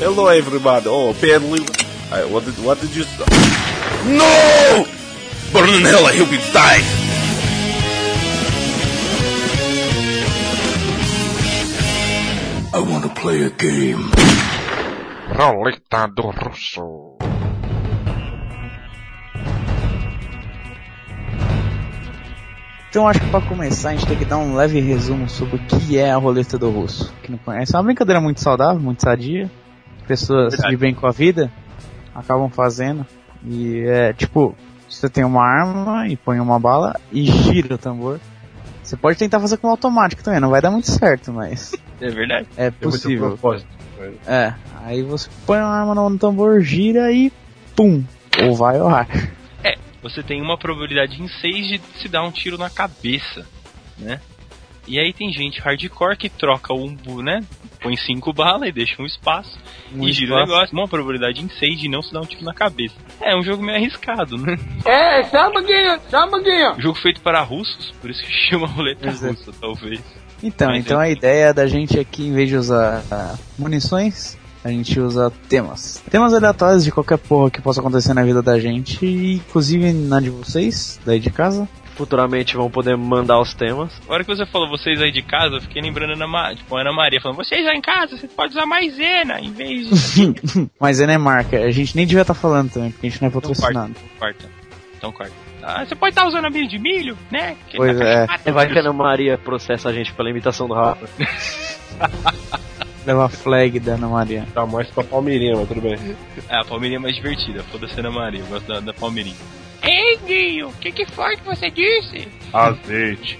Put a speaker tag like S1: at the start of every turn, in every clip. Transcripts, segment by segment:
S1: Hello, everybody. Oh, apparently, I, what did what did you? No! Burn in hell! I hope you die.
S2: I want to play a game.
S3: Roleta do Russo.
S4: Então acho que para começar a gente tem que dar um leve resumo sobre o que é a roleta do russo. Que não conhece, é uma brincadeira muito saudável, muito sadia. Pessoas
S1: Verdade.
S4: de bem com a vida acabam fazendo. E é tipo, você tem uma arma e põe uma bala e gira o tambor. Você pode tentar fazer com automático também, não vai dar muito certo, mas
S5: É verdade.
S4: é
S3: Tem muito
S4: possível.
S3: propósito.
S4: É, aí você põe uma arma no- no tambor, gira e pum, ou vai ou racha.
S5: Você tem uma probabilidade em 6 de se dar um tiro na cabeça, né? E aí tem gente hardcore que troca um, bu- né? Põe 5 balas e deixa um espaço e gira o negócio. Uma probabilidade em 6 de não se dar um tiro na cabeça. É um jogo meio arriscado, né?
S6: É, só um pouquinho, só um pouquinho.
S5: Jogo feito para russos, por isso que chama roleta
S4: Pois é.
S5: russa, talvez.
S4: Então,
S5: Mas
S4: então a ideia da gente aqui, em vez de usar ah, munições, a gente usa temas. Temas aleatórios de qualquer porra que possa acontecer na vida da gente, e inclusive na de vocês, daí de casa.
S7: Futuramente vão poder mandar os temas.
S5: A hora que você falou vocês aí de casa, eu fiquei lembrando Ana, Ma- tipo, a Ana Maria falando, vocês aí em casa, você pode usar maisena em vez de
S4: Mas é né, marca, a gente nem devia estar falando também, porque a gente não é
S5: Então corta,
S4: patrocinado.
S5: então corta. Então corta. Ah, você pode estar usando amido de milho, né? Que
S4: Pois
S5: tá
S4: é.
S5: cachorrado.
S7: Vai que a Ana Maria processa a gente pela imitação do Rafa.
S4: Leva a flag da Ana Maria.
S5: Então,
S3: Tá mais pra Palmeirinha, mas tudo bem.
S5: Ah, a Palmeirinha é mais divertida. Foda-se Ana Maria, eu gosto da, da Palmeirinha. Ei, Guinho, o que, que foi que você disse?
S3: Azeite.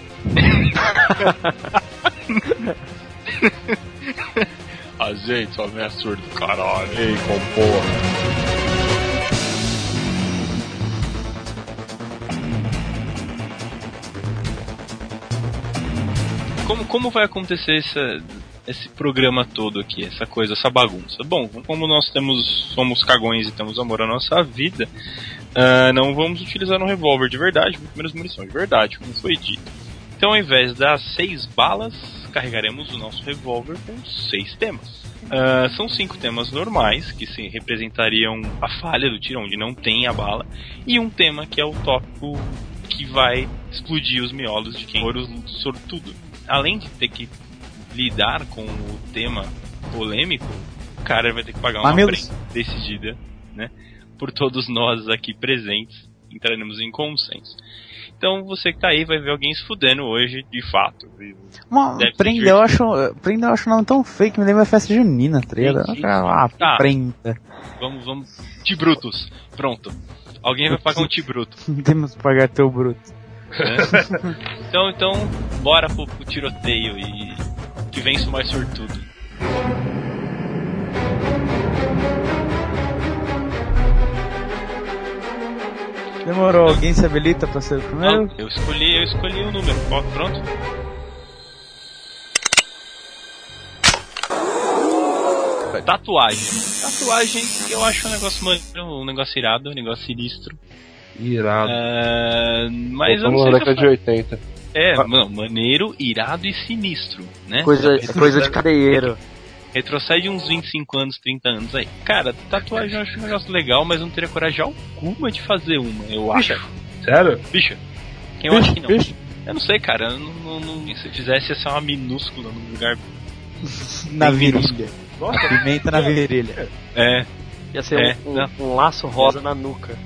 S5: Azeite, sua minha surda do caralho.
S3: Ei, com porra.
S5: Como, como vai acontecer essa- esse programa todo aqui, essa coisa, essa bagunça? Bom, como nós temos somos cagões e temos amor à nossa vida, ah, não vamos utilizar um revólver de verdade, muito menos munição de verdade, como foi dito. Então, ao invés das seis balas, carregaremos o nosso revólver com seis temas. Ah, são cinco temas normais, que se representariam a falha do tiro, onde não tem a bala, e um tema que é o tópico que vai explodir os miolos de quem for o sortudo além de ter que lidar com o tema polêmico, o cara vai ter que pagar uma
S4: Mamilos.
S5: prenda decidida, né? Por todos nós aqui presentes, entraremos em consenso. Então você que tá aí vai ver alguém se fudendo hoje, de fato. E
S4: Uma
S5: Deve ser
S4: prenda, eu acho, prenda eu acho não tão feio que me lembra a festa junina, tá ligado?
S5: Entendi.
S4: Ah,
S5: Tá.
S4: prenda.
S5: Vamos, vamos. Tibrutos. Pronto. Alguém vai pagar um tibruto.
S4: Temos que pagar teu bruto.
S5: né? Então, então, bora pro, pro tiroteio e que vence o mais sortudo.
S4: Demorou, alguém se habilita pra ser o primeiro?
S5: Ah, Eu escolhi, eu escolhi o número. Ó, pronto. Tatuagem. Tatuagem eu acho um negócio maneiro, um negócio irado, um negócio sinistro.
S3: Irado.
S5: Ah, mas eu
S3: Voltamos
S5: não sei
S3: na
S5: se
S3: década de
S5: eu faço.
S3: 80.
S5: É, não, maneiro, irado e sinistro, né?
S7: Coisa, coisa de cadeieiro.
S5: Retrocede uns 25 anos, 30 anos aí. Cara, tatuagem eu acho um negócio legal, mas eu não teria coragem alguma de fazer uma, eu acho.
S3: Sério?
S5: Bicha. Eu acho que não. Eu não sei, cara. Eu não, não- não- se eu fizesse ia ser uma minúscula num lugar.
S4: Na
S5: Tem vírus.
S4: virilha. Pimenta na virilha.
S5: É.
S7: Ia ser
S5: É,
S7: um, um-
S5: não.
S7: um laço rosa na nuca.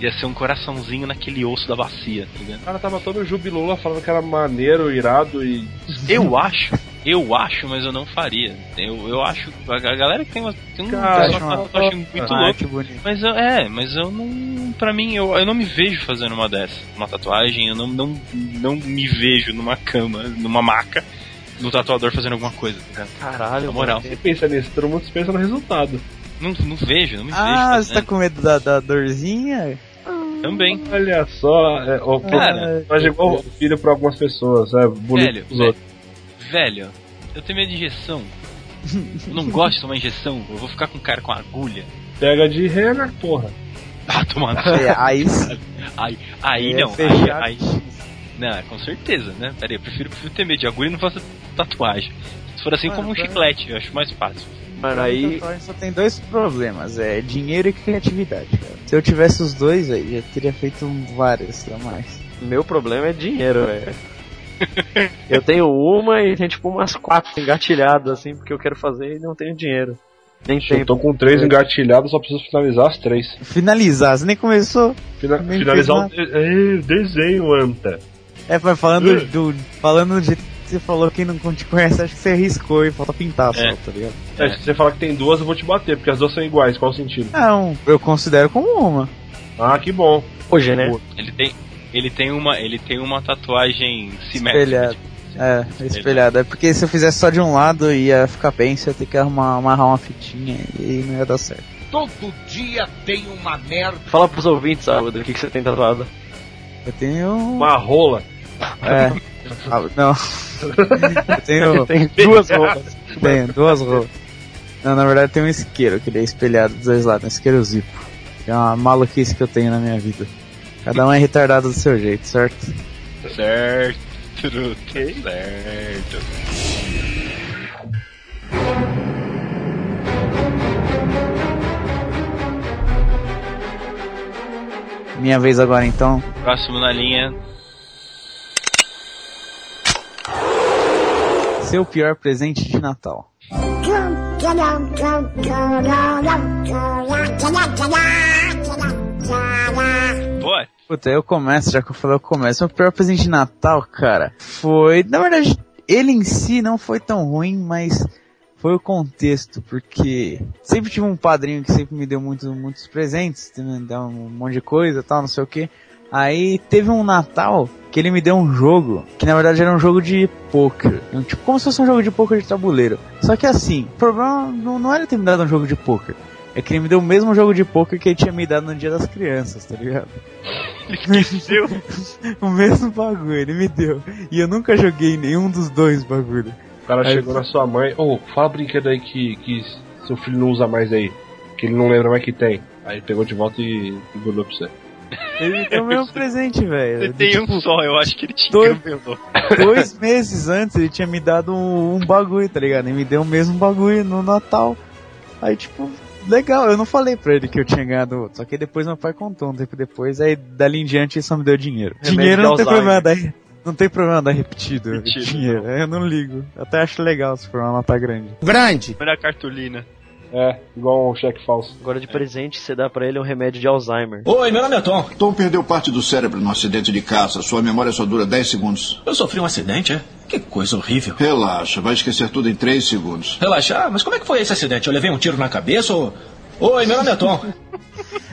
S5: Ia ser um coraçãozinho naquele osso da bacia, tá ligado?
S3: O cara tava todo jubilou lá falando que era maneiro, irado e.
S5: Eu acho. Eu acho, mas eu não faria. Eu, eu acho. A a galera que tem uma. Tem um
S3: Cara,
S5: pessoal
S4: uma-
S5: com tatuagem muito
S4: Ah,
S5: louco.
S4: que bonito.
S5: Mas eu, é, mas eu não. Pra mim, eu, eu não me vejo fazendo uma dessa. Uma tatuagem, eu não, não, não me vejo numa cama, numa maca, no tatuador fazendo alguma coisa, tá ligado?
S7: Caralho,
S5: Na moral.
S3: Você pensa nisso, todo mundo pensa no resultado.
S5: Não, não vejo, não me
S4: Ah,
S5: vejo.
S4: você tá
S5: Fazendo.
S4: com medo da, da dorzinha?
S5: Também.
S3: Olha só, é, o
S5: Cara.
S3: personagem é igual o filho pra algumas pessoas, é bonito
S5: Velho,
S3: pros outros.
S5: Velho, eu tenho medo de injeção. Eu não gosto de tomar injeção, eu vou ficar com o cara com agulha.
S3: Pega de rena, porra.
S5: Ah, tomando.
S4: É, aí sim,
S5: Aí
S4: é
S5: não,
S4: fechado.
S5: aí, aí. Não, com certeza, né? Pera aí, eu prefiro, prefiro ter medo de agulha e não fazer tatuagem. Se for assim,
S4: Ah,
S5: como um
S4: tá.
S5: chiclete, eu acho mais fácil.
S7: Mano, aí.
S4: Counter-Strike Então, só tem dois problemas, é dinheiro e criatividade, cara. Se eu tivesse os dois, aí já teria feito várias a mais.
S7: Meu problema é dinheiro, velho. Eu tenho uma e tem tipo umas quatro engatilhadas, assim, porque eu quero fazer e não tenho dinheiro. Nem
S3: Eu
S7: tempo.
S3: tô com três engatilhados, só preciso finalizar as três.
S4: Finalizar, você nem começou.
S3: Fina-
S4: Nem
S3: finalizar o
S4: fez
S3: de- é, desenho, Anta.
S4: É, mas
S5: Uh.
S4: falando do, falando do jeito que você falou, quem não te conhece, acho que você riscou e falta pintar
S5: É.
S4: só, tá ligado?
S3: É, se você falar que tem duas, eu vou te bater, porque as duas são iguais, qual o sentido?
S4: Não, eu considero como uma.
S3: Ah, que bom.
S7: Hoje, né?
S5: Ele tem, ele tem uma, ele tem uma tatuagem simétrica.
S4: Espelhada. É, espelhada. É porque se eu fizesse só de um lado ia ficar bem, se eu ter que arrumar, amarrar uma fitinha e aí não ia dar certo.
S8: Todo dia tem uma merda.
S7: Fala pros ouvintes, sábado, o que, que você tem tatuado.
S4: Eu tenho. um-
S3: Uma rola.
S4: É. Ah, não. eu tenho.
S7: Tem É. duas roupas.
S4: Tenho duas roupas. Não, na verdade tem um isqueiro que ele é espelhado dos dois lados, um isqueiro zipo. É uma maluquice que eu tenho na minha vida. Cada um é retardado do seu jeito, certo?
S5: Tipo, tá Certo, truta, certo.
S4: Minha vez agora então.
S5: Próximo na linha,
S4: Seu pior presente de Natal.
S5: boa.
S4: Puta, eu começo, já que eu falei, eu começo. Meu pior presente de Natal, cara, foi. Na verdade, ele em si não foi tão ruim, mas foi o contexto, porque sempre tive um padrinho que sempre me deu muito, muitos presentes, me deu um monte de coisa tal, não sei o que. Aí teve um Natal que ele me deu um jogo, que na verdade era um jogo de poker. Um Tipo, como se fosse um jogo de poker de tabuleiro. Só que assim, o problema não, não era ter me dado um jogo de poker. É que ele me deu o mesmo jogo de poker que ele tinha me dado no dia das crianças, tá ligado? Ele deu? o mesmo bagulho, ele me deu. E eu nunca joguei nenhum dos dois bagulho.
S3: O cara
S4: Aí-
S3: chegou na sua mãe, ô, fala brinquedo aí que, que seu filho não usa mais aí, que ele não lembra mais que tem. Aí ele pegou de volta e engoliu pra você.
S4: Ele me deu o mesmo presente, velho. Tipo,
S5: Ele tem um só, eu acho que ele te
S4: dois-
S5: enganou.
S4: dois meses antes ele tinha me dado um, um bagulho, tá ligado? Ele me deu o mesmo bagulho no Natal. Aí, tipo, legal, eu não falei pra ele que eu tinha ganhado outro. Só que depois meu pai contou um tempo depois, aí dali em diante ele só me deu dinheiro.
S7: Remédio
S4: dinheiro não
S7: de
S4: tem
S7: Alzheimer.
S4: problema daí. Não tem problema dar repetido.
S5: Repetido,
S4: dinheiro, eu não ligo. Eu Até acho legal se for uma nota grande.
S2: Grande.
S5: Olha a cartolina.
S3: É, igual um cheque falso.
S7: Agora de presente você dá pra ele um remédio de Alzheimer.
S2: Oi, meu nome é Tom.
S9: Tom perdeu parte do cérebro no acidente de caça. Sua memória só dura 10 segundos.
S2: Eu sofri um acidente, é? Que coisa horrível.
S9: Relaxa, vai esquecer tudo em 3 segundos.
S2: Relaxar? Mas como é que foi esse acidente? Eu levei um tiro na cabeça ou... Oi, meu nome é Tom.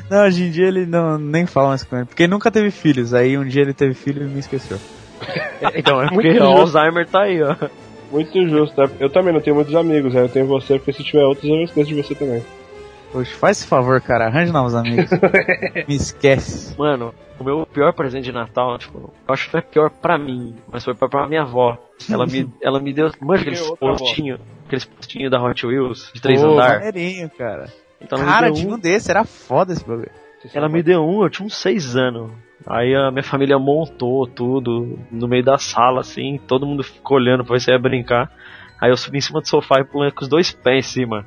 S4: Não, hoje em dia ele não, nem fala mais com ele. Porque ele nunca teve filhos. Aí um dia ele teve filho e me esqueceu.
S7: Então, é porque o Alzheimer tá aí, ó.
S3: Muito justo, né? Eu também não tenho muitos amigos, né? Eu tenho você, porque se tiver outros eu esqueço de você também.
S4: Poxa, faz esse favor, cara. Arranja novos amigos. me esquece.
S7: Mano, o meu pior presente de Natal, tipo, eu acho que foi pior pra mim, mas foi pior pra minha avó. Ela me, ela me deu, mano, aqueles
S3: outra avó.
S7: postinhos, aqueles postinhos da Hot Wheels, de três
S4: Pô,
S7: andar.
S4: maneirinho, cara.
S7: Então ela
S4: Cara,
S7: me deu
S4: tinha
S7: um,
S4: um desse, era foda esse bagulho.
S7: ela me deu um, eu tinha uns seis anos. Aí a minha família montou tudo no meio da sala, assim, todo mundo ficou olhando pra ver se eu ia brincar. Aí eu subi em cima do sofá e pulei com os dois pés em cima.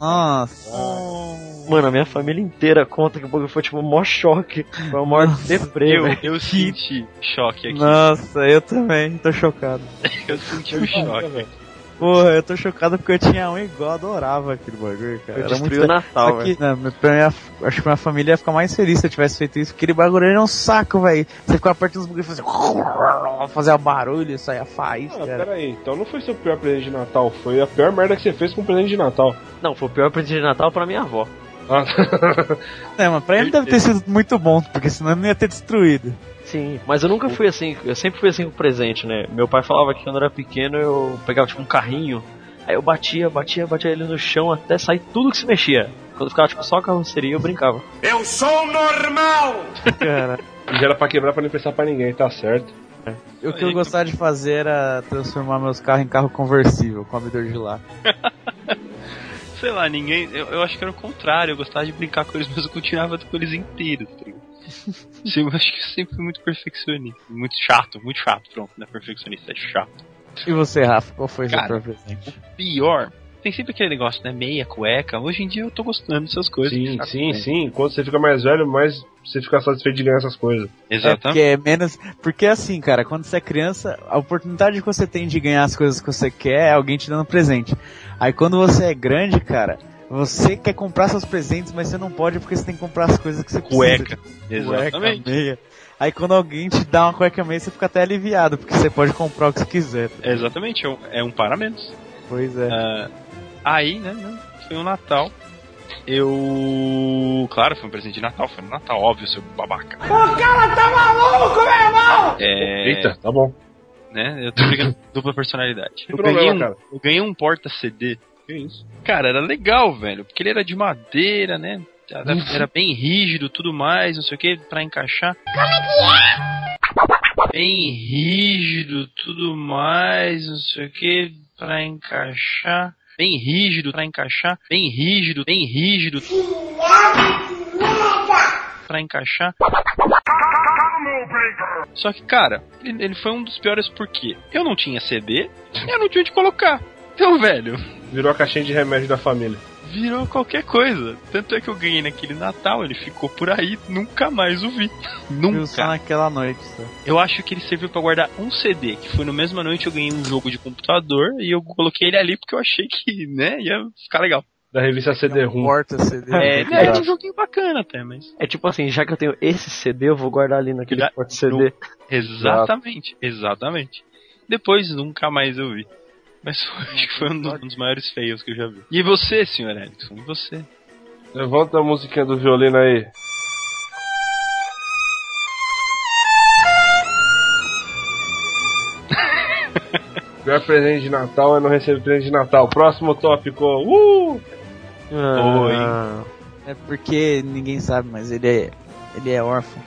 S4: Nossa.
S7: Mano, a minha família inteira conta que o bagulho foi tipo o maior choque, foi o maior deprê,
S5: Eu,
S7: velho.
S5: eu senti choque aqui.
S4: Nossa, eu também, tô chocado.
S5: Eu senti o choque.
S4: Porra, eu tô chocado porque eu tinha um igual, adorava aquele bagulho, cara.
S7: Eu
S4: Era muito
S7: destruí o Natal,
S4: Aqui,
S7: velho.
S4: não, pra minha, acho que minha família ia ficar mais feliz se eu tivesse feito isso, porque aquele bagulho era um saco, velho. Você ficava perto dos bagulhos e fazia, fazia barulho, saia faísca.
S3: Ah,
S4: cara.
S3: peraí, então não foi seu pior presente de Natal, foi a pior merda que você fez com o presente de Natal.
S7: Não, foi o pior presente de Natal pra minha avó.
S3: Ah,
S4: É, mas pra ele deve ter sido muito bom, porque senão ele não ia ter destruído.
S7: Sim, mas eu nunca fui assim, eu sempre fui assim com presente, né? Meu pai falava que quando eu era pequeno eu pegava tipo um carrinho, aí eu batia, batia, batia ele no chão até sair tudo que se mexia. Quando ficava tipo só a carroceria eu brincava.
S8: Eu sou normal!
S4: Cara,
S3: já era pra quebrar pra não pensar pra ninguém, tá certo.
S4: o que eu gostava de fazer era transformar meus carros em carro conversível, com abridor de lá.
S5: Sei lá, ninguém. Eu, eu acho que era o contrário. Eu gostava de brincar com eles, mas eu continuava com eles inteiros, tá ligado? Sim, eu acho que eu sempre fui muito perfeccionista. Muito chato, muito chato, pronto, né? Perfeccionista é chato.
S4: E você, Rafa, qual foi o seu
S5: Cara.
S4: pior presente?
S5: Pior. Tem sempre aquele negócio, né? Meia, cueca. Hoje em dia eu tô gostando dessas coisas.
S3: Sim,
S5: sabe?
S3: sim, sim. assim. Quando você fica mais velho, mais você fica satisfeito de ganhar essas coisas.
S4: É porque
S5: Exatamente.
S4: é menos. Porque assim, cara, quando você é criança, a oportunidade que você tem de ganhar as coisas que você quer é alguém te dando presente. Aí quando você é grande, cara, você quer comprar seus presentes, mas você não pode porque você tem que comprar as coisas que você
S5: Cueca.
S4: precisa.
S5: Exatamente.
S4: meia. Aí quando alguém te dá uma cueca meia, você fica até aliviado, porque você pode comprar o que você quiser.
S5: Exatamente. É um, é um para menos.
S4: Pois é.
S5: Ah, aí, né, né, foi o Natal. Eu. Claro, foi um presente de Natal, foi no Natal, óbvio, seu babaca. O cara tá maluco, meu irmão! É.
S3: Eita, tá bom.
S5: Né, eu tô brigando com dupla personalidade. Eu
S3: problema,
S5: ganhei, um,
S3: cara.
S5: eu ganhei um porta CD. Que isso? Cara, era legal, velho, porque ele era de madeira, né? Era, era bem rígido, tudo mais, não sei o que, pra encaixar. Bem rígido, tudo mais, não sei o que, pra encaixar. Bem rígido, pra encaixar. Bem rígido, bem rígido. Pra encaixar. Só que, cara, ele, ele foi um dos piores porque eu não tinha CD, eu não tinha onde colocar. Então, velho,
S3: Virou a caixinha de remédio da família.
S5: virou qualquer coisa. Tanto é que eu ganhei naquele Natal, ele ficou por aí, nunca mais o vi.
S4: Viu só
S5: Nunca.
S4: naquela noite. Só.
S5: Eu acho que ele serviu pra guardar um CD, que foi no mesma noite eu ganhei um jogo de computador e eu coloquei ele ali porque eu achei que, né, ia ficar legal.
S3: Da revista CD-ROM.
S4: Porta CD.
S5: É,
S4: que
S5: era um
S4: dá.
S5: joguinho bacana até, mas.
S7: É tipo assim, já que eu tenho esse CD, eu vou guardar ali naquele
S5: Já-
S7: porta CD.
S5: Exatamente, exatamente. Depois nunca mais eu vi. Mas acho que foi um dos, um dos maiores feios que eu já vi. E você, senhor Erickson? E você?
S3: Levanta a musiquinha do violino aí. Pior presente de Natal é não receber presente de Natal. Próximo tópico. Uh!
S7: Ah,
S4: É porque ninguém sabe, mas ele é, ele é órfão.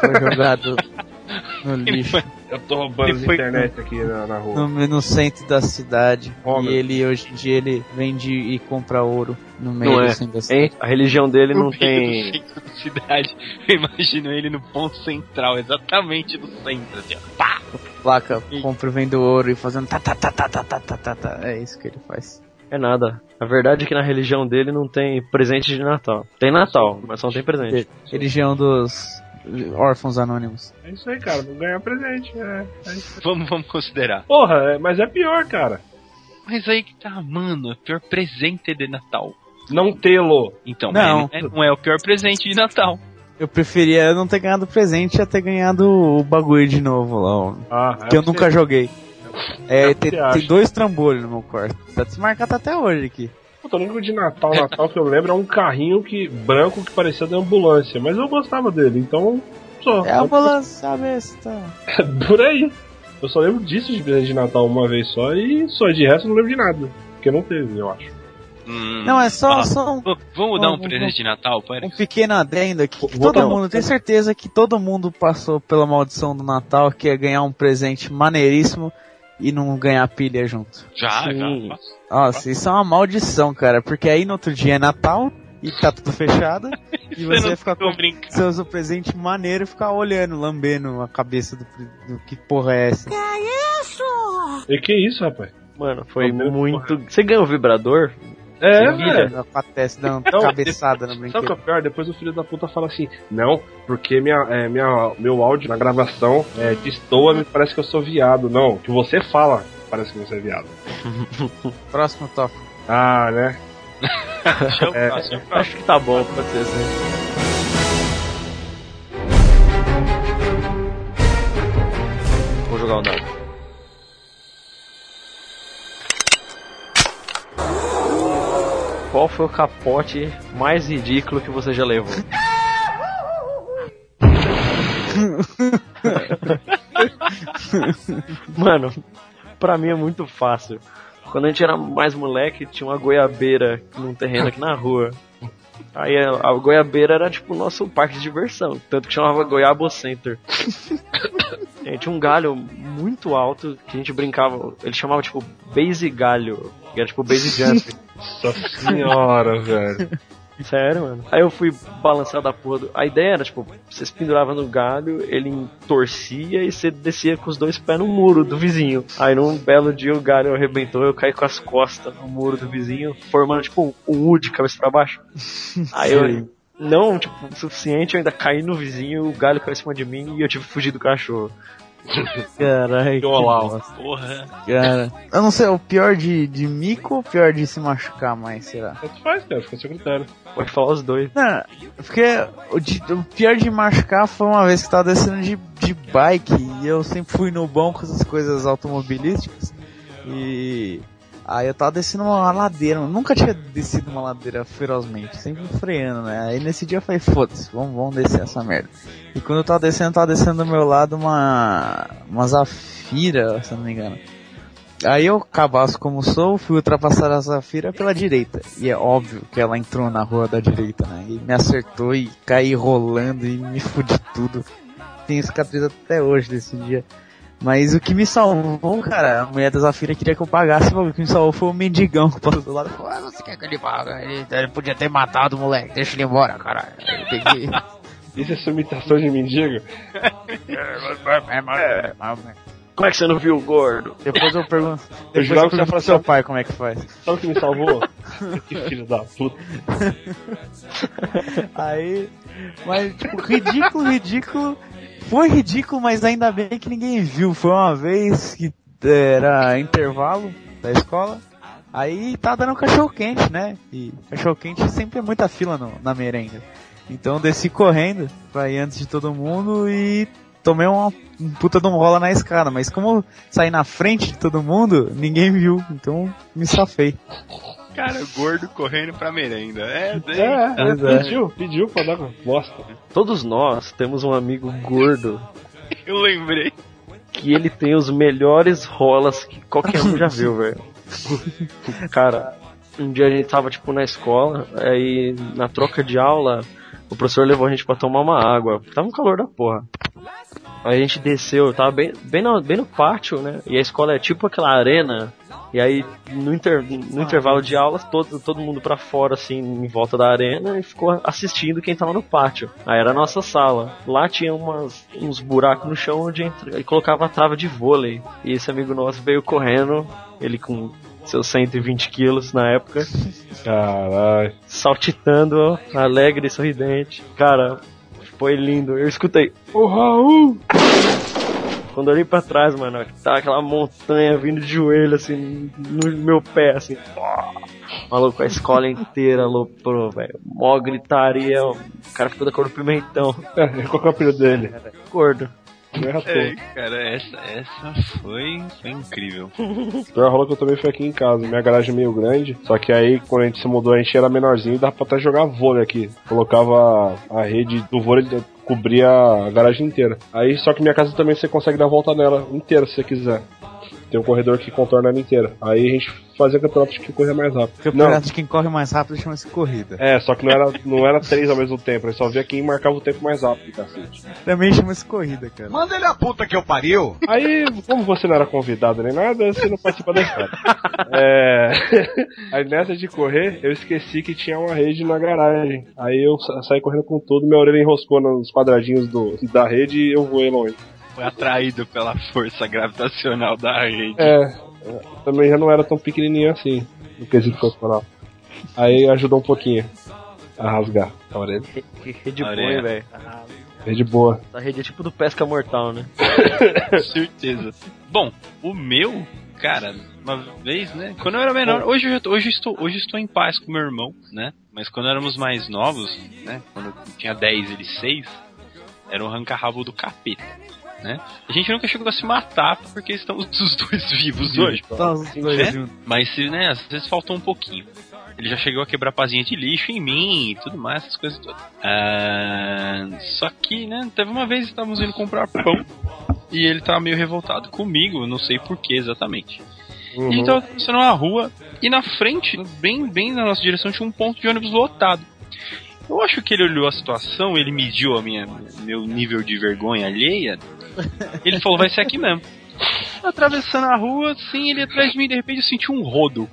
S4: Foi jogado no lixo.
S3: Eu tô roubando
S5: Ele
S3: as
S5: foi-
S3: internet aqui na, na rua.
S4: no, no centro da cidade.
S3: Homer.
S4: E ele hoje em dia ele vende e compra ouro no meio
S7: Não
S4: do
S7: é.
S4: centro da cidade.
S7: hein? A religião dele não
S5: No meio do
S7: tem.
S5: centro da cidade. Eu imagino ele no ponto central, exatamente no centro. Assim, ó. Pá!
S4: Placa, compra e vende ouro e fazendo tá tá tá tá tá tá tá tá tá. É isso que ele faz.
S7: É nada. A verdade é que na religião dele não tem presente de Natal. Tem Natal, mas não tem presente.
S4: Religião é um dos órfãos anônimos.
S3: É isso aí, cara. Não ganhar presente. É.
S5: Vamos, vamos considerar.
S3: Porra, é- mas é pior, cara.
S5: Mas aí que tá, mano, é o pior presente de Natal.
S3: Não tê-lo.
S5: Então,
S4: Não.
S5: mas não é, não é o pior presente de Natal.
S4: Eu preferia não ter ganhado presente a ter ganhado o bagulho de novo lá, ó,
S3: Ah,
S4: que eu nunca joguei. É,
S3: É o que
S4: tem,
S3: você
S4: tem
S3: acha.
S4: dois trambolhos no meu quarto. Tá desmarcado até hoje aqui.
S3: Puta, o único de Natal, Natal que eu lembro é um carrinho que branco que parecia da ambulância, mas eu gostava dele, então só.
S4: É uma lança besta.
S3: Por aí. Eu só lembro disso de presente de Natal uma vez só e só de resto eu não lembro de nada. Porque não teve, eu acho.
S5: Hum,
S4: Não, é só,
S5: Ah.
S4: só um
S5: v- Vamos dar um
S4: Vamos,
S5: presente de Natal, para
S4: Um pequeno adendo aqui. que
S3: Vou dar
S4: todo
S3: uma-
S4: mundo, eu tenho certeza que todo mundo passou pela maldição do Natal, que é ganhar um presente maneiríssimo e não ganhar pilha junto.
S5: Já,
S7: Sim.
S5: já.
S4: Nossa, isso é uma maldição, cara, porque aí no outro dia é Natal e tá tudo fechado e você vai ficar
S5: Tô
S4: com
S5: brincando.
S4: seu, seu presente maneiro e ficar olhando, lambendo a cabeça do, pre- do que porra é essa.
S3: E que isso, rapaz?
S7: Mano, foi
S3: Meu Deus,
S7: muito. Você ganhou um vibrador?
S3: É,
S4: Você vira
S3: velho.
S4: com a testa dando
S3: Não,
S4: cabeçada no
S3: Sabe o que é
S4: brinquedo.
S3: pior? Depois o filho da puta fala assim: Não, porque minha, é, minha, meu áudio na gravação é, destoa, me parece que eu sou viado. Não, o que você fala parece que você é viado.
S4: Próximo tópico.
S3: Ah, né?
S5: Já
S3: É.
S5: faço, já faço.
S7: Acho que tá bom, pode ser assim. Vou jogar o dado. Qual foi o capote mais ridículo que você já levou? Mano, pra mim é muito fácil. Quando a gente era mais moleque, tinha uma goiabeira num terreno aqui na rua. Aí a, a goiabeira era tipo o nosso parque de diversão, tanto que chamava Goiabo Center. É, tinha um galho muito alto que a gente brincava, ele chamava tipo base galho, que era tipo base jump.
S3: Nossa senhora, velho.
S7: Sério, mano. Aí eu fui balançar da porra. Do... A ideia era, tipo, você se pendurava no galho, ele torcia e você descia com os dois pés no muro do vizinho. Aí num belo dia o galho arrebentou, eu caí com as costas no muro do vizinho, formando, tipo, um U de cabeça pra baixo. Aí eu. Não, tipo, o suficiente, eu ainda caí no vizinho, o galho caiu em cima de mim e eu tive que fugir do cachorro.
S4: Caralho. que
S5: Olá,
S4: bosta,
S5: porra.
S4: Cara. Eu não sei, é o pior de, de mico ou o pior de se machucar mais, será?
S3: Tanto faz, cara, fica a seu critério.
S7: Pode falar os dois.
S4: Não, porque o, de- o pior de machucar foi uma vez que eu tava descendo de, de bike e eu sempre fui no bom com essas coisas automobilísticas. E aí eu tava descendo uma ladeira, eu nunca tinha descido uma ladeira ferozmente, sempre freando, né? Aí nesse dia eu falei, foda-se, vamos, vamos descer essa merda. E quando eu tava descendo, tava descendo do meu lado uma. uma zafira, se eu não me engano. Aí eu, cabaço como sou, fui ultrapassar a Zafira pela direita. E é óbvio que ela entrou na rua da direita, né? E me acertou e caí rolando e me fudi tudo. Tenho cicatriz até hoje desse dia. Mas o que me salvou, cara, a mulher da Zafira queria que eu pagasse, mas o que me salvou foi o mendigão que passou do lado e falou: Ah, você quer que ele paga? Ele, ele podia ter matado o moleque, deixa ele embora, cara. Eu peguei.
S3: Isso é sua imitação de mendigo?
S7: Como é que você não viu o gordo?
S4: Depois eu pergunto. Depois
S3: Eu
S4: eu,
S3: jurava que você ia falar
S4: pergunto pro
S3: assim,
S4: seu pai como é que faz.
S3: Sabe o que me salvou? que filho da puta.
S4: Aí, mas tipo, ridículo, ridículo. Foi ridículo, mas ainda bem que ninguém viu. Foi uma vez que era intervalo da escola. Aí tá dando cachorro quente, né? E cachorro quente sempre é muita fila no- na merenda. Então eu desci correndo pra ir antes de todo mundo e tomei uma um puta de um rola na escada. Mas como eu saí na frente de todo mundo, ninguém viu. Então me safei.
S5: Cara, gordo correndo pra merenda. É,
S3: É, é,
S4: Pois é.
S3: pediu, pediu pra dar com bosta.
S7: Todos nós temos um amigo gordo
S5: eu lembrei.
S7: que ele tem os melhores rolas que qualquer um já viu, velho. Cara, um dia a gente tava, tipo, na escola, aí na troca de aula, o professor levou a gente pra tomar uma água. Tava um calor da porra. Aí a gente desceu, tava bem, bem, no, bem no pátio, né? E a escola é tipo aquela arena. E aí, no, inter, no intervalo de aulas, todo, todo mundo pra fora, assim, em volta da arena, e ficou assistindo quem tava no pátio. Aí era a nossa sala. Lá tinha umas, uns buracos no chão onde entra, e colocava a trava de vôlei. E esse amigo nosso veio correndo, ele com seus 120 quilos na época
S3: Caralho.
S7: saltitando, alegre e sorridente. Cara, foi lindo. Eu escutei, ô Raul! Quando eu olhei pra trás, mano, tava aquela montanha vindo de joelho, assim, no meu pé, assim. Maluco, a escola inteira aloprou, velho. Mó gritaria, o cara ficou da cor do pimentão.
S3: É, qual que é o apelido dele?
S7: Gordo.
S3: Não é à toa.
S5: É, cara, essa, essa foi, foi incrível.
S3: O pior rolo Então, que eu também foi aqui em casa. Minha garagem é meio grande. Só que aí, quando a gente se mudou, a gente era menorzinho e dava pra até jogar vôlei aqui. Colocava a rede do vôlei, cobria a garagem inteira. Aí, só que minha casa também você consegue dar volta nela inteira, se você quiser. Tem um corredor que contorna ela inteira. Aí a gente fazia campeonato de quem corria mais rápido. Não,
S4: Campeonato de quem corre mais rápido chama-se corrida.
S3: é, só que não era, não era três ao mesmo tempo. Aí só via quem marcava o tempo mais rápido, cacete.
S4: Também chama-se corrida, cara.
S8: Manda ele a puta que eu pariu.
S3: Aí, como você não era convidado nem nada, você não participa da história. É... Aí nessa de correr, eu esqueci que tinha uma rede na garagem. Aí eu sa- saí correndo com tudo, minha orelha enroscou nos quadradinhos do, da rede e eu voei longe.
S5: Foi atraído pela força gravitacional da rede.
S3: É, é, também já não era tão pequenininho assim, no quesito profissional. Aí ajudou um pouquinho a rasgar a orelha.
S7: Que- Que rede boa,
S5: Areia.
S7: velho.
S3: Rede boa.
S7: Essa rede é tipo do pesca mortal, né?
S5: Com certeza. Bom, o meu, cara, uma vez, né? Quando eu era menor, hoje eu, já tô- hoje eu estou, hoje eu estou em paz com meu irmão, né? Mas quando éramos mais novos, né? Quando eu tinha 10 ele 6, era o ranca-rabo do capeta, né? A gente nunca chegou a se matar porque estamos os dois vivos hoje.
S4: Tá os dois
S5: É?
S4: juntos.
S5: Mas, se, né, às vezes faltou um pouquinho. Ele já chegou a quebrar pazinha de lixo em mim e tudo mais, essas coisas todas. Ah, só que, né, teve uma vez que estávamos indo comprar pão e ele tava meio revoltado comigo, não sei porquê exatamente. E ele tava atravessando uma rua e na frente, bem, bem na nossa direção, tinha um ponto de ônibus lotado. Eu acho que ele olhou a situação, ele mediu a minha, meu nível de vergonha alheia. Ele falou, vai ser aqui mesmo. Atravessando a rua, assim, ele atrás de mim, de repente eu senti um rodo.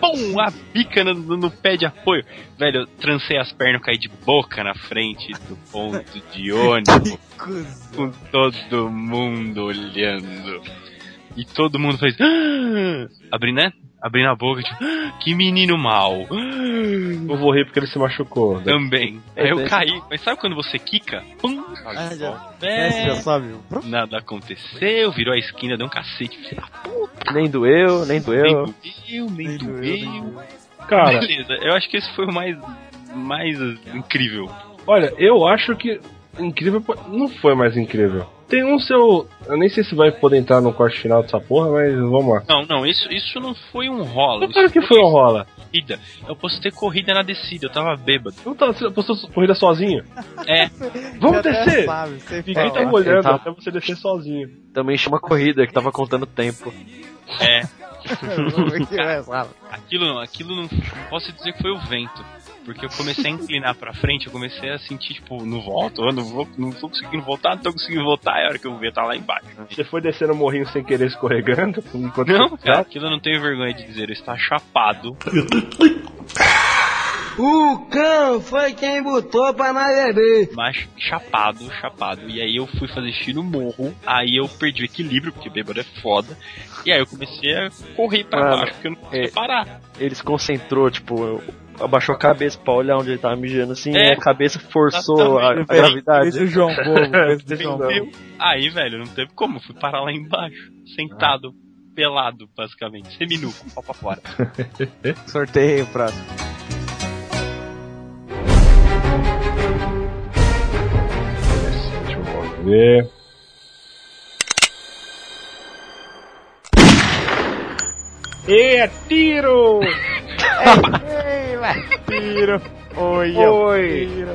S5: pum, a bica no, no- no pé de apoio. Velho, eu trancei as pernas, eu caí de boca na frente do ponto de ônibus, com todo mundo olhando. E todo mundo fez. "Ah!" Abrindo, né? Abrindo a boca, tipo, "Ah, que menino mal.
S3: Eu vou rir porque ele se machucou. né?
S5: Também. Aí eu caí. Mas sabe quando você quica? Pum!
S4: Ah, já. Você
S5: Velho,
S4: já sabe. o-
S5: Nada aconteceu, virou a esquina, deu um cacete. Filho da
S7: Nem doeu, nem doeu.
S5: puta, nem doeu, nem doeu.
S3: Cara,
S5: Beleza, eu acho que esse foi o mais, mais incrível.
S3: olha, eu acho que incrível po- não foi mais incrível. Tem um seu. Eu nem sei se vai poder entrar no corte final dessa porra, mas vamos lá.
S5: Não, não, isso, isso não foi um rolo.
S3: Eu claro que foi um rola.
S5: corrida. Eu postei corrida na descida, eu tava bêbado.
S3: Não tá você postou sua corrida sozinho?
S5: É.
S3: Vamos
S4: Você até
S3: descer!
S4: Sabe, você
S3: Ninguém tá
S4: fala.
S7: Não,
S3: olhando
S7: tá.
S3: até você descer sozinho.
S7: Também chama corrida, que tava contando tempo.
S5: É.
S4: Que é, sabe?
S5: Aquilo não, aquilo não. não Posso dizer que foi o vento. Porque eu comecei a inclinar pra frente, eu comecei a sentir, tipo, não volto, eu não, vou, não tô conseguindo voltar, não tô conseguindo voltar, é a hora que eu vi, eu tava lá embaixo.
S3: Você foi descendo o morrinho sem querer escorregando? enquanto
S7: Tá.
S5: Não,
S3: você-
S5: cara, aquilo eu não tenho vergonha de dizer, eu está chapado.
S6: O cão foi quem botou pra nós beber.
S5: mas chapado, chapado. E aí eu fui fazer xixi no morro, aí eu perdi o equilíbrio, porque bêbado é foda. E aí eu comecei a correr pra
S7: Mano,
S5: baixo, porque eu não conseguia
S7: é-
S5: parar.
S7: Ele se concentrou, tipo, eu- abaixou a cabeça pra olhar onde ele tava mijando assim,
S5: É.
S7: e a cabeça forçou a, a
S5: Exatamente.
S4: Fez
S7: gravidade.
S4: é o João Bobo. Fez o João Bobo.
S5: Entendeu? Aí, velho, não teve como, eu fui parar lá embaixo, sentado, pelado, basicamente, seminu, com o pau pra fora.
S4: Sorteio pra
S3: Deixa eu ver. E é tiro!
S4: Tiro. Oi,
S3: Oi.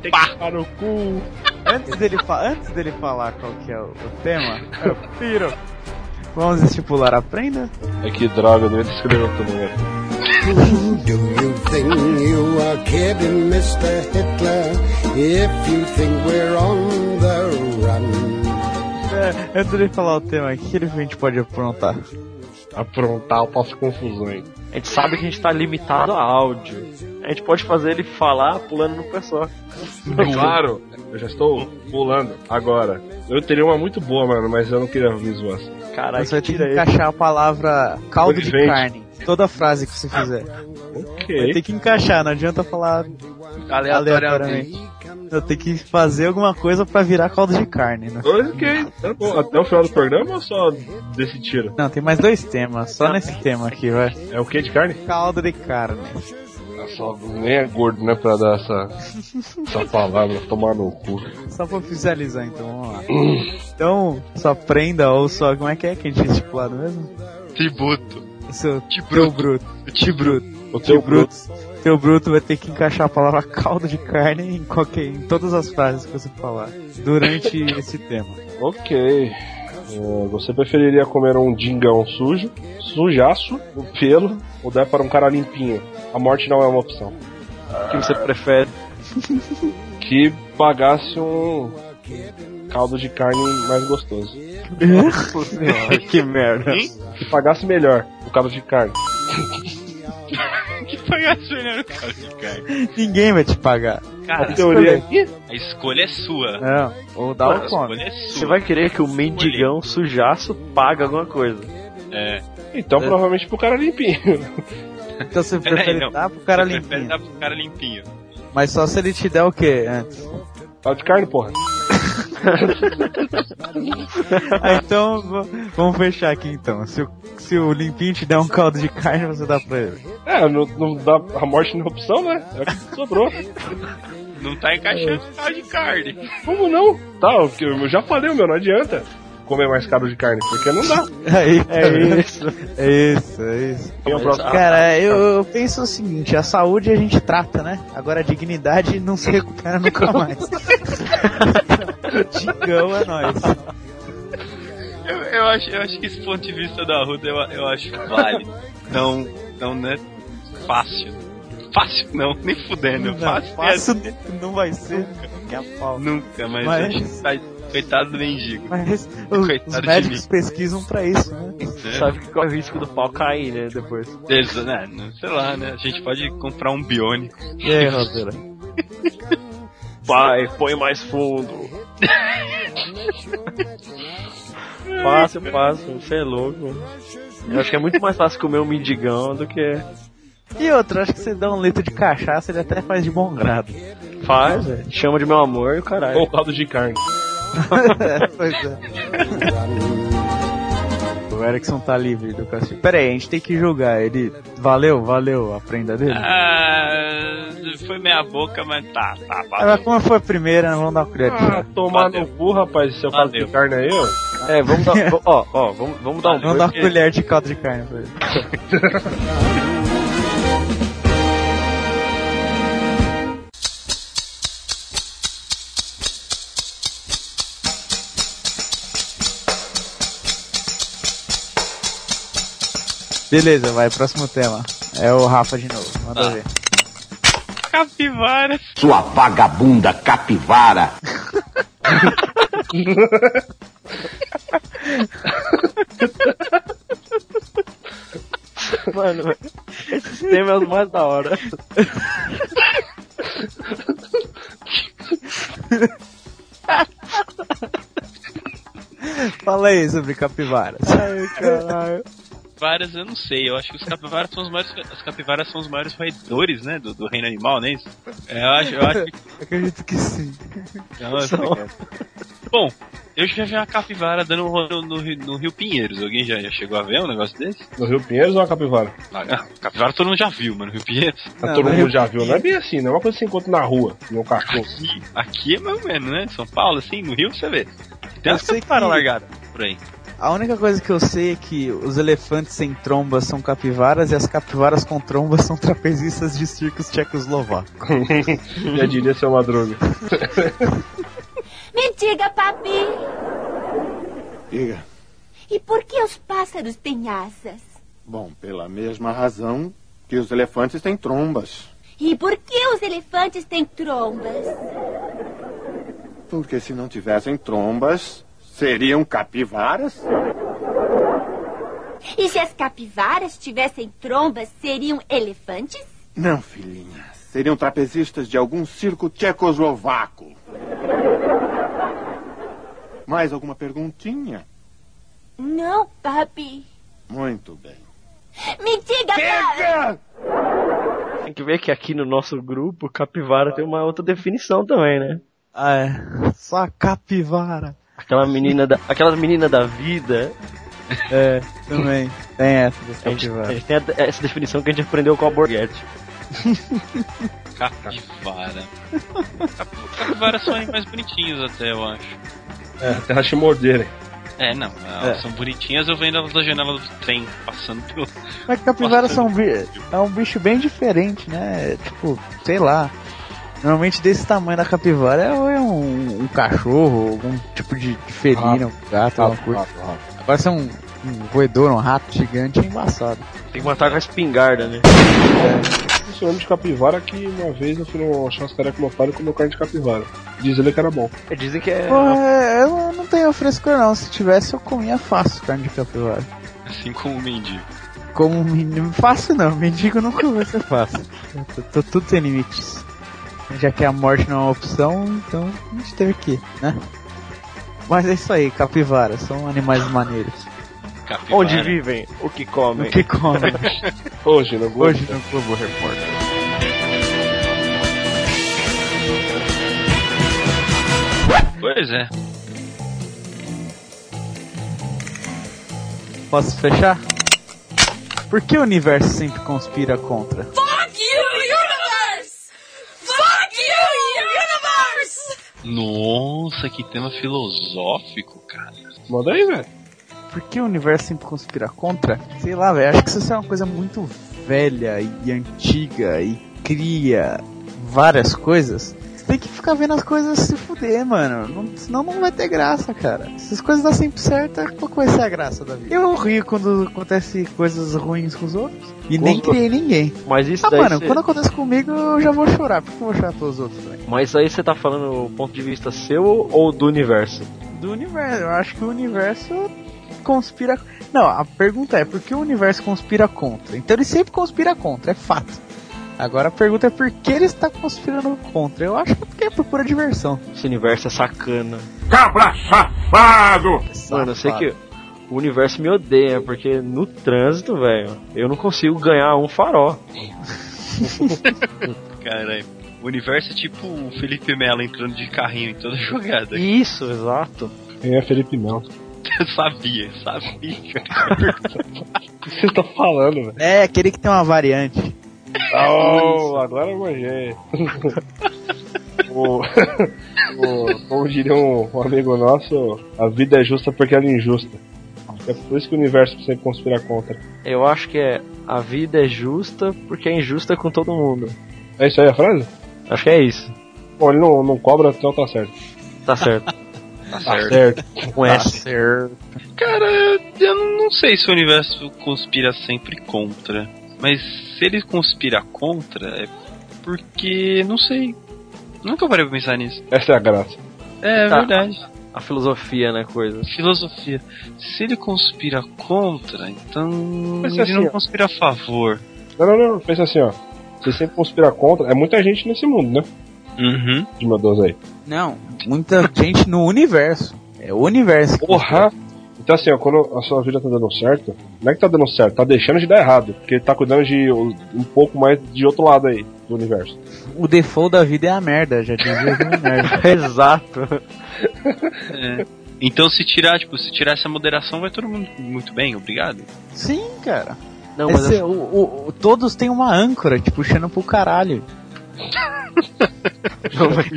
S3: Tem que ficar no cu!
S4: Antes dele, fa- antes dele falar qual que é o, o tema, é o tiro. Vamos estipular a prenda?
S3: É que droga, eu devia ter escrevido outro número.
S10: Do you think you are kidding, Mr. Hitler? If you think we're on the run.
S4: É, antes dele falar o tema, o que ele- a gente pode aprontar?
S3: Aprontar, eu passo confusões.
S7: A gente sabe que a gente tá limitado a áudio. A gente pode fazer ele falar pulando no pessoal.
S3: Claro, eu já estou pulando agora. Eu teria uma muito boa, mano, mas eu não queria me zoar.
S7: Caralho,
S4: você vai ter que
S7: tira ele.
S4: encaixar a palavra caldo de
S3: Olivete.
S4: carne. Toda frase que você fizer. Vai
S3: Ok.
S4: ter que encaixar, não adianta falar aleatoriamente. Eu tenho que fazer alguma coisa pra virar caldo de carne, né?
S3: Ok, tá bom. Até o final do programa ou só desse tiro?
S4: Não, tem mais dois temas, só nesse tema aqui, vai.
S3: É o que de carne?
S4: Caldo de carne.
S3: Só nem é gordo, né, pra dar essa, essa palavra, tomar no cu.
S4: Só pra oficializar, então, vamos lá. Então, sua prenda ou sua. Como é que é que a gente tinha estipulado mesmo? é
S5: Tributo.
S4: O seu. Teu bruto. Tibruto.
S3: O teu bruto.
S4: Teu bruto vai ter que encaixar a palavra caldo de carne em, qualquer, em todas as frases que você falar durante esse tema.
S3: Ok. É, Você preferiria comer um dingão sujo, sujaço, o pelo, ou dar para um cara limpinho? A morte não é uma opção.
S7: O que você prefere?
S3: Que pagasse um caldo de carne mais gostoso.
S4: que merda.
S3: Que pagasse melhor o caldo de carne.
S5: Que palhaço, né, cara? de carne.
S4: Ninguém vai te pagar.
S5: Cara,
S3: A teoria aqui?
S5: a escolha é sua.
S4: Não, ou dá
S5: A
S4: o come.
S5: escolha é sua.
S7: Você vai querer que o mendigão sujaço paga alguma coisa.
S5: É.
S3: Então provavelmente pro cara limpinho.
S4: Então você prefere
S5: É, não.
S4: dar pro cara
S5: Você prefere
S4: limpinho.
S5: dar pro cara limpinho.
S4: Mas só se ele te der o quê? antes?
S3: Caldo de carne, porra.
S4: Ah, então, v- vamos fechar aqui então. Se o, se o limpinho te der um caldo de carne, você dá pra ele.
S3: É, não, não dá, a morte não é opção, né? É o que sobrou.
S5: Não tá encaixando o cara de carne.
S3: Como não? Tá, o que eu já falei, meu, não adianta comer mais caldo de carne, porque não dá.
S4: Aí, é isso. É isso, é isso.
S3: Tem o próximo.
S4: Cara, eu, eu penso o seguinte: a saúde a gente trata, né? Agora a dignidade não se recupera nunca mais. Digão é nóis.
S5: Eu, eu acho, eu acho que esse ponto de vista da Ruda eu, eu acho válido. Não, não, né? Fácil. Fácil não, nem fudendo.
S4: Não,
S5: fácil,
S4: fácil não vai ser nem a
S5: é
S4: pau.
S5: nunca, mas,
S4: Mas-
S5: a gente tá coitado do mendigo.
S4: Mas o- os
S5: Coitado de
S4: médicos
S5: mim.
S4: pesquisam pra isso, né?
S5: É.
S7: Sabe que corre o risco do pau cair, né? Depois.
S5: Eles, né, não- sei lá, né? A gente pode comprar um biônico.
S7: E aí, rapaziada? Pai, põe mais fundo. Fácil, fácil, você é louco. Eu acho que é muito mais fácil comer um mendigão do que.
S4: E outra, acho que você dá um litro de cachaça, ele até faz de bom grado.
S7: Faz, é. Chama de meu amor e o caralho.
S3: Ou caldo de carne.
S4: pois é. O Erickson tá livre do castigo. Pera aí, a gente tem que julgar. Ele. Valeu, valeu a prenda dele?
S5: Ah, foi meia boca, mas tá, tá,
S4: Ah,
S5: valeu.
S4: como foi a primeira, vamos dar uma colher de
S3: Ah,
S4: chá.
S3: tomar no cu, rapaz, seu caldo de
S5: Valeu.
S3: carne aí, ó.
S7: É, vamos dar. v- Ó, ó, vamos, vamos dar um.
S4: Vamos dar uma colher de caldo de carne pra ele. Beleza, vai, próximo tema. É o Rafa de novo, manda ver.
S5: Capivara.
S9: Sua vagabunda capivara.
S7: Mano, esse sistema é o mais da hora.
S4: Fala aí sobre capivaras.
S5: Capivaras, eu não sei, eu acho que os capivaras são os maiores. As capivaras são os maiores roedores, né? Do, do reino animal, né? Isso? É, eu acho, eu acho que.
S4: Acredito que sim.
S5: Nossa, cara. é. Bom, eu já vi uma capivara dando um rolê no, Rio- no Rio Pinheiros. Alguém já, já chegou a ver um negócio desse?
S3: No Rio Pinheiros ou a capivara?
S5: Ah, não. capivara todo mundo já viu, mano. Rio Pinheiros.
S4: Não,
S3: Todo
S4: no
S3: mundo
S4: Rio
S3: já viu, não é bem assim, não é uma coisa que você encontra na rua, no cachorro.
S5: Aqui, aqui é mais ou menos, né? São Paulo, assim, no Rio você vê. Tem
S4: Eu
S5: umas
S4: sei
S5: capivaras
S4: que-
S5: largadas por aí.
S4: A única coisa que eu sei é que os elefantes sem trombas são capivaras e as capivaras com trombas são trapezistas de circos tchecoslovacos.
S3: Já diria seu madruga.
S11: Me diga, papi,
S9: Diga,
S11: e por que os pássaros têm asas?
S9: bom, pela mesma razão que os elefantes têm trombas.
S11: E por que os elefantes têm trombas?
S9: Porque se não tivessem trombas, seriam capivaras?
S11: E se as capivaras tivessem trombas, seriam elefantes?
S9: Não, filhinha. Seriam trapezistas de algum circo tchecoslovaco. Mais alguma perguntinha?
S11: Não, papi.
S9: Muito bem.
S11: Me diga, papi.
S7: Tem que ver que aqui no nosso grupo, capivara tem uma outra definição também, né?
S4: Ah, é. Só a capivara.
S7: Aquela menina da, aquela menina da vida,
S4: É, também. Tem essa das
S7: a gente, a
S4: capivaras.
S7: gente tem a- essa definição que a gente aprendeu com a Borghetti.
S5: Capivara. Cap- Capivaras são mais bonitinhas até, eu acho.
S3: É, até elas te morderem.
S5: É, não. Elas são bonitinhas, eu vendo elas da janela do trem, passando pelo.
S4: Mas capivaras
S5: Nossa,
S4: são um bicho, é um bicho bem diferente, né? Tipo, sei lá. Normalmente desse tamanho da capivara é ou é um, um cachorro, algum tipo de, de felino, um gato, alguma coisa. Agora ser um, um roedor, um rato gigante é embaçado.
S7: Tem que matar com a espingarda, né?
S3: Esse nome de capivara que uma vez eu fui numa churrascaria com meu pai e comeu carne de capivara. Diz ele que era bom.
S7: Dizem que é.
S4: Pô, é, eu não tenho frescura não. Se tivesse, eu comia fácil carne de capivara.
S5: Assim como o mendigo.
S4: Como um menino, fácil não. Mendigo nunca vai ser fácil. Tu- tu- Tudo tem limites. Já que a morte não é uma opção, então a gente teve que, né? Mas é isso aí, capivaras. São animais maneiros.
S5: Capivara.
S7: Onde vivem, o que
S4: O
S7: comem.
S4: que comem
S3: Hoje, no Globo.
S4: hoje no Globo Repórter.
S5: Pois é.
S4: Posso fechar? Por que o universo sempre conspira contra?
S5: Nossa, que tema filosófico, cara.
S3: Manda aí, velho.
S4: Por que o universo sempre conspira contra? Sei lá, velho. Acho que isso é uma coisa muito velha e antiga e cria várias coisas. Você tem que ficar vendo as coisas se fuder, mano. Não- senão não vai ter graça, cara. Se as coisas dão sempre certa, qual que vai ser a graça da vida? Eu rio quando acontece coisas ruins com os outros. E
S7: Com
S4: nem
S7: os outros.
S4: criei ninguém.
S7: Mas isso
S4: Ah,
S7: daí.
S4: mano,
S7: cê-
S4: quando acontece comigo, eu já vou chorar. Por que eu vou chorar pelos outros, velho?
S7: Mas isso aí você tá falando do ponto de vista seu ou do universo?
S4: Do universo. Eu acho que o universo conspira. Não, a pergunta é por que o universo conspira contra? Então ele sempre conspira contra, é fato. Agora a pergunta é por que ele está conspirando contra? Eu acho que é porque é por pura diversão.
S7: Esse universo é sacana.
S9: Cabra safado!
S7: Mano, eu sei que o universo me odeia, porque no trânsito, velho, eu não consigo ganhar um farol.
S5: Caralho. O universo é tipo o Felipe Melo entrando de carrinho em toda jogada.
S7: Isso, exato.
S3: Quem é Felipe Melo?
S5: Eu sabia, sabia.
S3: O que vocês estão falando, velho?
S4: É, aquele que tem uma variante.
S3: Oh, agora eu manjei. o, o, como diria um, um amigo nosso, a vida é justa porque ela é injusta. É por isso que o universo sempre conspira contra.
S7: Eu acho que é a vida é justa porque é injusta com todo mundo.
S3: É isso aí a frase?
S7: Acho que é isso.
S3: Bom, ele não, não cobra, então tá certo.
S7: Tá certo.
S5: Tá
S3: Tá
S5: certo.
S3: certo.
S7: Com S.
S4: Certo.
S5: Cara, eu não- não sei se o universo conspira sempre contra. Mas se ele conspira contra, é porque. não sei. Nunca parei pra pensar nisso.
S3: Essa é a graça.
S5: É
S7: Tá.
S5: verdade.
S7: A filosofia, né, coisa.
S5: Filosofia. Se ele conspira contra, então.
S3: Mas
S5: ele
S3: assim,
S5: não
S3: ó.
S5: conspira a favor.
S3: Não, não, não, pensa assim, ó. Você sempre conspira contra. É muita gente nesse mundo, né?
S5: Uhum.
S3: De meu Deus aí.
S4: Não, muita gente no universo. É o universo. que
S3: Porra! Então assim, ó, quando a sua vida tá dando certo, não é que tá dando certo, tá deixando de dar errado, porque ele tá cuidando de um um pouco mais de outro lado aí do universo.
S4: O default da vida é a merda, já dizia que é uma merda.
S7: Exato.
S5: É. Então se tirar, tipo, se tirar essa moderação, vai todo mundo muito bem, obrigado.
S4: Sim, cara.
S7: Não, mas
S4: Esse-
S7: eu-
S4: o- o- o- todos têm uma âncora te puxando pro caralho.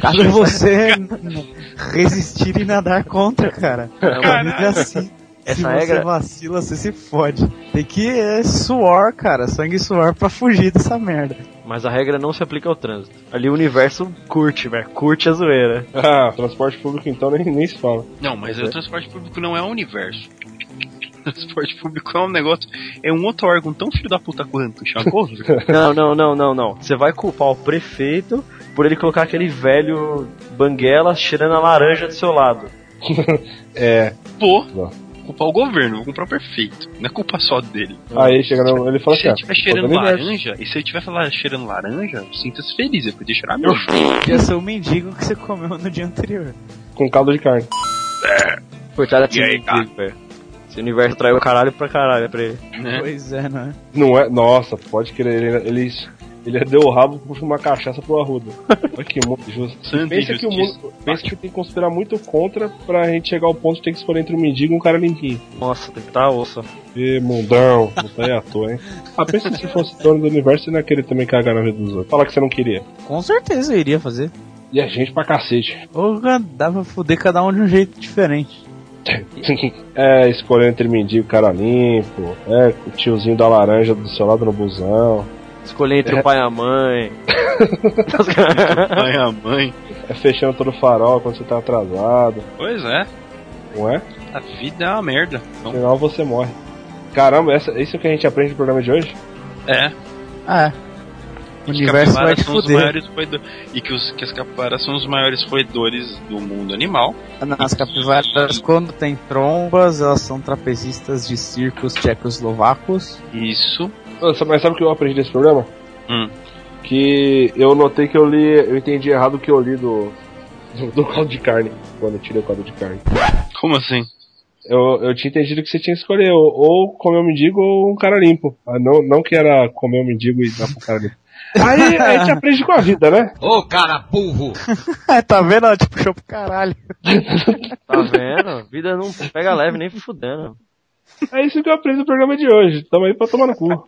S4: Cabe você n- n- resistir e nadar contra, cara.
S5: um-
S4: A vida é assim.
S7: Essa
S4: se você
S7: regra-
S4: vacila, você se fode. Tem que é suor, cara. Sangue e suor pra fugir dessa merda.
S7: mas a regra não se aplica ao trânsito. Ali o universo curte, velho. Curte a zoeira.
S3: Ah, transporte público então nem, nem se fala.
S5: Não, mas o transporte público não é o universo. O transporte público é um negócio. É um outro órgão tão filho da puta quanto, chama governo.
S7: Não, não, não, não, não. Você vai culpar o prefeito por ele colocar aquele velho banguela cheirando a laranja do seu lado.
S3: É.
S5: Pô,
S3: Não.
S5: culpar o governo, vou comprar o prefeito. Não é culpa só dele.
S3: Aí chega, no- ele fala
S5: Se
S3: assim,
S5: ele
S3: ah, culpa
S5: estiver cheirando
S3: do universo.
S5: laranja, e se ele estiver falar- cheirando laranja, sinta-se feliz, eu podia cheirar meu.
S4: Eu sou o mendigo que você comeu no dia anterior.
S3: com caldo de carne.
S7: Coitado
S5: E aí, cara?
S7: velho. Esse universo traiu o caralho pra caralho pra ele.
S5: Né?
S4: Pois é, não é?
S3: Não é. Nossa, pode crer, ele, ele, ele deu o rabo puxa uma cachaça pro Arruda. Olha que mundo justo.
S5: Santa
S3: Pensa que o
S5: injustiça.
S3: mundo. Pensa que tem que conspirar muito contra pra gente chegar ao ponto de ter que escolher entre um mendigo e um cara limpinho.
S7: Nossa, tem que tá, estar osso.
S3: Ê, mundão, não tá aí à toa, hein? Ah, pensa se fosse dono do universo e não ia querer também cagar na vida dos outros. Fala que você não queria.
S4: Com certeza eu iria fazer.
S3: E a gente pra cacete.
S4: Ou dá pra foder cada um de um jeito diferente.
S3: É, escolher entre mendigo e cara limpo. É, o tiozinho da laranja do seu lado no busão.
S7: Escolher entre o pai e a mãe.
S5: Mãe, a mãe.
S3: É fechando todo o farol quando você tá atrasado.
S5: Pois é,
S3: Não é?
S5: a vida é uma merda.
S3: No
S5: Então,
S3: final você morre. Caramba, essa, isso é o que a gente aprende no programa de hoje?
S5: é.
S4: Ah, é. O
S5: que
S4: universo vai
S5: capivaras
S4: te
S5: são os
S4: foder.
S5: maiores roedor- E que, os, que as capivaras são os maiores roedores do mundo animal.
S4: As capivaras, quando tem trombas, elas são trapezistas de circos tchecoslovacos.
S5: Isso.
S3: Ah, sabe- Mas sabe o que eu aprendi nesse programa?
S5: Hum.
S3: Que eu notei que eu li, eu entendi errado o que eu li do, do, do caldo de carne, quando eu tirei o caldo de carne.
S5: Como assim?
S3: Eu, eu tinha entendido que você tinha que escolher ou, ou comer um mendigo ou um cara limpo. Ah, não, não que era comer um mendigo e dar pro cara limpo. Aí a gente aprende com a vida, né?
S8: Ô cara burro!
S4: É, tá vendo? Ela te puxou pro caralho.
S7: Tá vendo? Vida não pega leve nem fudendo.
S3: É isso que eu aprendi no programa de hoje. Tamo aí pra tomar no cu.